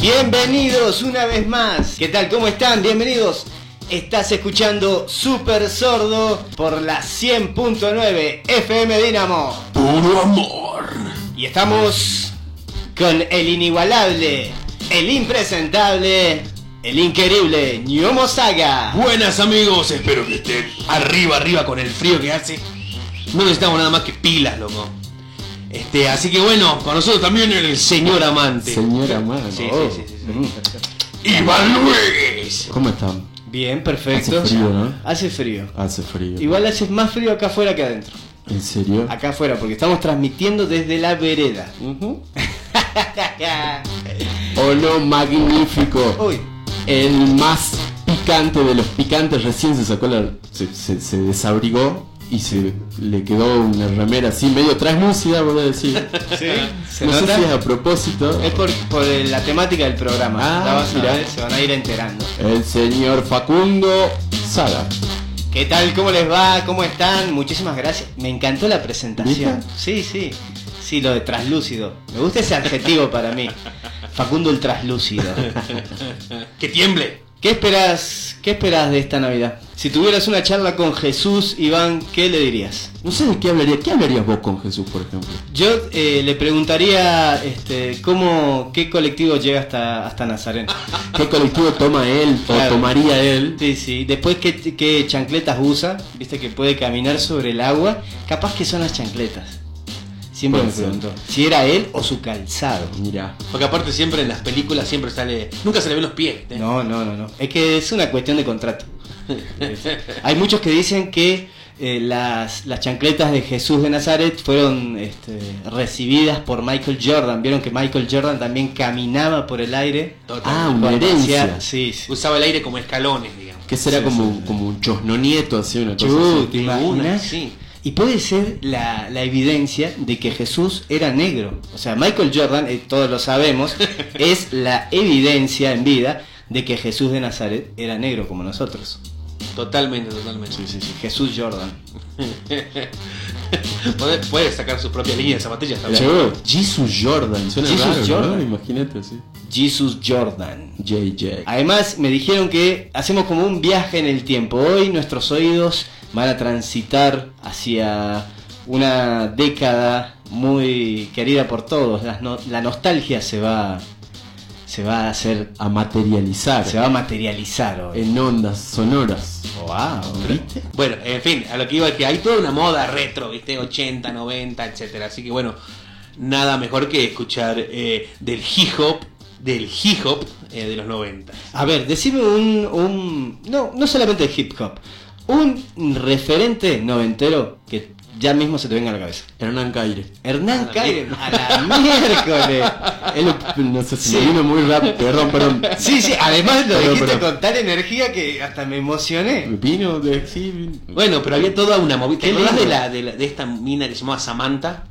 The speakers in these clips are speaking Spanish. Bienvenidos una vez más. ¿Qué tal? ¿Cómo están? Bienvenidos. Estás escuchando Super Sordo por la 100.9 FM Dynamo. Puro amor. Y estamos con el inigualable, el impresentable, el increíble Ñomo Saga. Buenas amigos, espero que estén arriba, arriba con el frío que hace. No necesitamos nada más que pilas, loco. Este, así que bueno, con nosotros también el señor amante. Señora mano. Sí, oh. sí, sí, sí, sí. Iván Luis. ¿Cómo están? Bien, perfecto. Hace frío, ¿no? Hace frío. Hace frío. Igual hace más frío acá afuera que adentro. ¿En serio? Acá afuera, porque estamos transmitiendo desde la vereda. Ujú. Oh no, magnífico. Uy, El más picante de los picantes recién se sacó la. Se, se- se desabrigó y se le quedó una remera así medio translúcida, voy a decir. ¿sí? ¿Se no nota? sé si es a propósito. Es por, por el- la temática del programa. Ah, La vas a mirá. ver, se van a ir enterando. El señor Facundo Saga. ¿Qué tal? ¿Cómo les va? ¿Cómo están? Muchísimas gracias. Me encantó la presentación. Sí, ¿Viste? sí. Sí, lo de traslúcido. Me gusta ese adjetivo para mí. Facundo el traslúcido. Que tiemble. ¿Qué esperas? ¿Qué esperas de esta Navidad? Si tuvieras una charla con Jesús, Iván, ¿qué le dirías? No sé de qué hablaría. ¿Qué hablarías vos con Jesús, por ejemplo? Yo eh, le preguntaría este, cómo, qué colectivo llega hasta, hasta Nazareno. ¿Qué colectivo toma él o Claro. tomaría él? Sí, sí. Después, ¿qué, qué chancletas usa? Viste que puede caminar sobre el agua. Capaz que son las chancletas. Siempre Puede me ser. pregunto. Si era él o su calzado. Mira. Porque aparte siempre en las películas siempre sale. Nunca se le ven los pies. ¿eh? No, no, no, no. Es que es una cuestión de contrato. Hay muchos que dicen que eh, las, las chancletas de Jesús de Nazaret fueron este, recibidas por Michael Jordan. Vieron que Michael Jordan también caminaba por el aire. Total. Ah, una Cuando herencia. hacía- Sí, sí. Usaba el aire como escalones, digamos. Que será Sí, como, sí, sí. como un chosnonieto, así una cosa. Chu, así. ¿te De una, imaginas? sí. Y puede ser la, la evidencia de que Jesús era negro. O sea, Michael Jordan, eh, todos lo sabemos, es la evidencia en vida de que Jesús de Nazaret era negro como nosotros. Totalmente, totalmente. Jesús Jordan. Puede, puede sacar su propia línea de zapatillas también. Che, Jesus Jordan, suena Jesus raro, ¿no? Jordan. Imagínate así. Jesús Jordan. JJ. Además, me dijeron que hacemos como un viaje en el tiempo. Hoy nuestros oídos van a transitar hacia una década muy querida por todos. Las no- la nostalgia se va, se va a hacer, A materializar se va a materializar hoy. en ondas sonoras. Wow, ¿viste? Bueno, en fin, a lo que iba es que hay toda una moda retro, ¿viste? 80, 90, etcétera. Así que bueno, nada mejor que escuchar eh, del hip hop, del hip hop eh, de los 90. A ver, decime un, un- no, no solamente el hip hop, un referente noventero que ya mismo se te venga a la cabeza. Hernán Caire. Hernán A la Caire, a la miércoles. Él lo- no sé si Sí. me vino muy rápido. Perdón, perdón. Sí, sí, además lo Pero, dijiste pero- con tal energía que hasta me emocioné. Vino de sí. Bueno, pero había toda una movida. ¿Te Qué acordás de, lindo. la, de, la- de esta mina que se llamaba Samantha?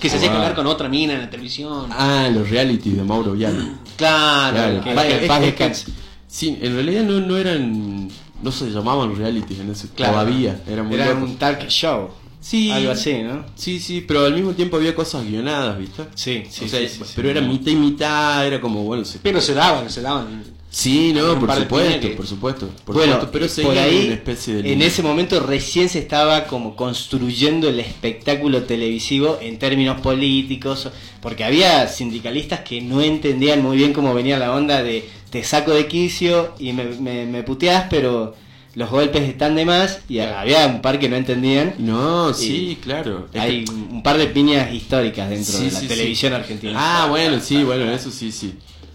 Que se hacía Ah. cagar con otra mina en la televisión. Ah, los realities de Mauro Vial. Ah, claro. Claro. que- paz- que- paz que- descanse. Sí, en realidad no, no eran. No se llamaban realities en ese Claro. todavía. Era muy Era loco. un talk show. Sí. Algo así, ¿no? Sí, sí, pero al mismo tiempo había cosas guionadas, ¿viste? Sí, sí, O sea, sí, sí, sí. pero era mitad y mitad, era como, bueno, se- Pero se daban, se daban. Sí, no, Un por par de supuesto, piñas que- por supuesto, por bueno, eh, supuesto, pero seguía por ahí, una especie de en línea. ese momento recién se estaba como construyendo el espectáculo televisivo en términos políticos, porque había sindicalistas que no entendían muy bien cómo venía la onda de te saco de quicio y me, me, me puteás, pero los golpes están de más, y había un par que no entendían. No, Y sí, claro. Es Hay que- un par de piñas históricas dentro Sí, de la sí, sí. televisión argentina. Ah, bueno, sí, bueno, eso sí, sí.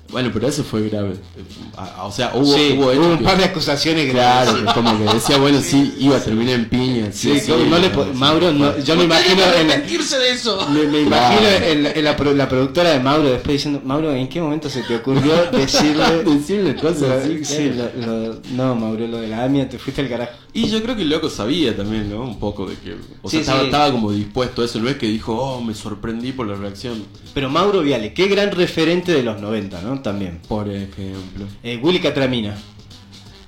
Bueno, pero eso fue grave. Eh, a- a- O sea, hubo, Sí, hubo hechos Ah, hubo un que- par de acusaciones graves. Claro, que como que decía, bueno, sí, iba a terminar en piña. Sí, como no le po- Mauro, no- yo me imagino en la, arrepentirse de eso. me- me Claro. imagino eh, en la- en la pro- la productora de Mauro después diciendo, Mauro, ¿en qué momento se te ocurrió decirle... Decirle lo- cosas así, sí, claro. lo- lo- no, Mauro, lo de la AMIA, te fuiste al carajo. Y yo creo que el loco sabía también, ¿no? Un poco de que... O Sí, sea, estaba, sí. estaba como dispuesto a eso. No es que dijo, oh, me sorprendí por la reacción. Pero Mauro Viale, qué gran referente de los 90, ¿no? También. Por ejemplo. Eh, Willy Catramina.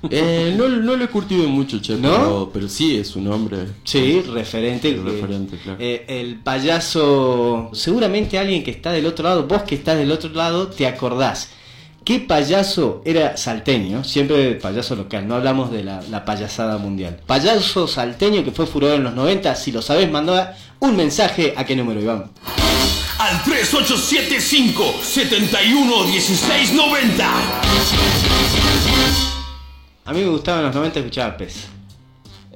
Eh, no, no lo he curtido mucho, che, ¿No? pero, pero sí es un hombre. Sí, referente. El referente, claro. eh, el payaso, seguramente alguien que está del otro lado, vos que estás del otro lado, te acordás. ¿Qué payaso era salteño? Siempre payaso local, no hablamos de la, la payasada mundial. Payaso salteño que fue furor en los 90, si lo sabes, mandaba un mensaje a qué número, Iván. al 3875 71 16 90. A mí me gustaba en los 90 escuchaba Pez.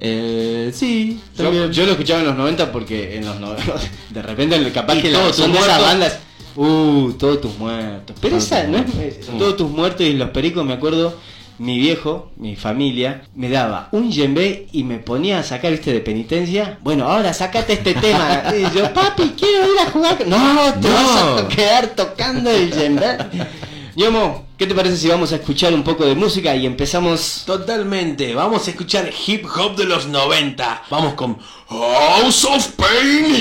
Eh, sí, Yo, también. yo lo escuchaba en los 90 porque en los 90, de repente en el- capaz Y que la- todos son de tus esas muertos. bandas. Uh, todos tus muertos. Pero Todos esa tus no es. muertos. eh, Todos tus muertos y los pericos, me acuerdo. Mi viejo, mi familia, me daba un yembe y me ponía a sacar, viste, de penitencia. Bueno, ahora sacate este tema. Y yo, papi, quiero ir a jugar. con-". No, te No. vas a quedar tocando el yembe. Yomo, ¿qué te parece si vamos a escuchar un poco de música y empezamos? Totalmente, vamos a escuchar hip hop de los 90. Vamos con House of Pain.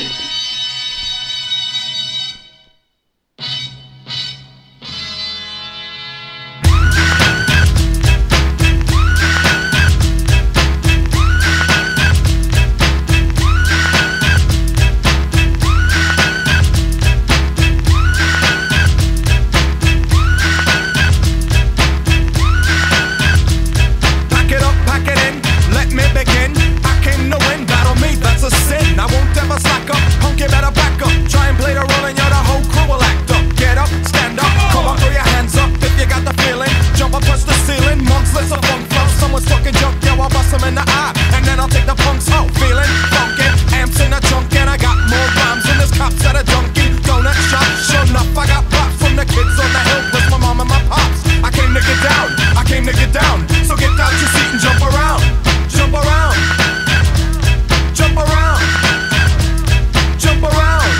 Pack it up, pack it in, let me begin. I came to win, battle me, that's a sin. I won't ever slack up, punk, you better back up. Try and play the role and you're the whole crew will act up. Get up, stand up, come on, throw your hands up if you got the feeling. Jump up, touch the ceiling, monks, let's a funk flow. Someone's talking junk, yo, I'll bust 'em in the eye. And then I'll take the punks out, feeling funky. Amps in the trunk and I got more rhymes than this cops at a Dunkin' Donut shop. Sure enough, I got props from the kids on the hill with my mom and my pops. I came to get down, I came to get down. So get out your seat and jump around, jump around, jump around, jump around,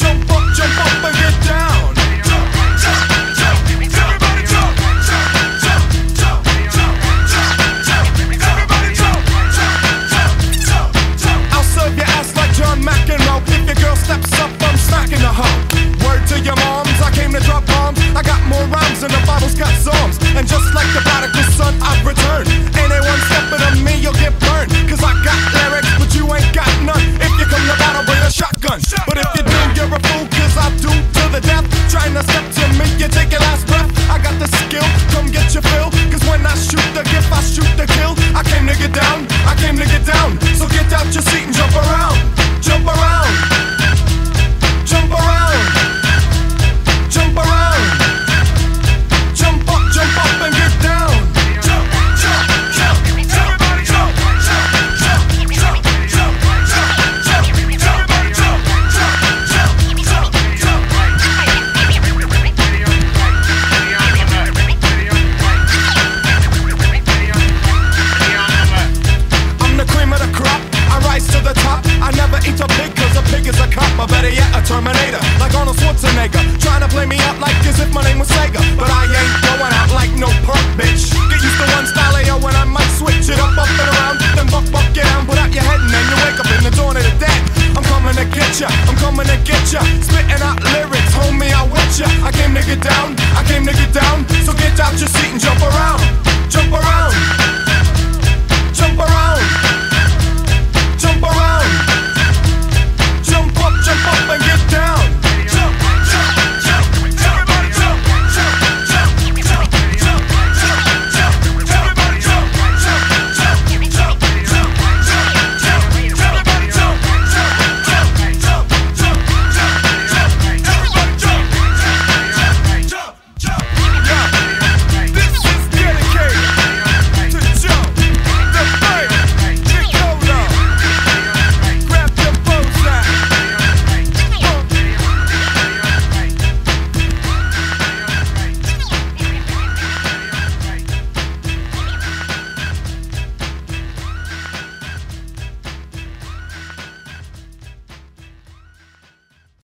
jump up, jump up and get down. Jump, jump, jump, everybody jump, jump, jump, jump, jump, jump, jump, everybody jump, jump, jump, jump, jump. I'll serve your ass like John McEnroe. If your girl steps up, I'm smacking the hoe. Word to your moms, I came to drop bombs. I got more rhymes than the Bible's got psalms. And just like the prodigal son, I've returned. Anyone stepping on me, you'll get burned. Cause I got lyrics, but you ain't got none. If you come to battle, bring a shotgun. But if you do, you're a fool, cause I do to the death. Trying to step to me, you take your last breath. I got the skill, come get your fill. Cause when I shoot the gift, I shoot the kill. I came to get down, I came to get down. So get out your seat and jump around, jump around, jump around, jump around, jump up, jump up and get down. Jump, jump, jump, everybody jump, jump, jump, jump, jump, jump, jump, everybody jump, jump, jump, jump, jump. I'm the cream of the crop. I rise to the top. I never eat a pig cause a pig is a cop. Or better yet, a Terminator. Like Arnold Schwarzenegger. Trying to play me out like as if my name was Sega. But I ain't going out like no punk bitch. Get used to one style yo, and I might switch it up, up and around. Then buck, buck, get down. Put out your head and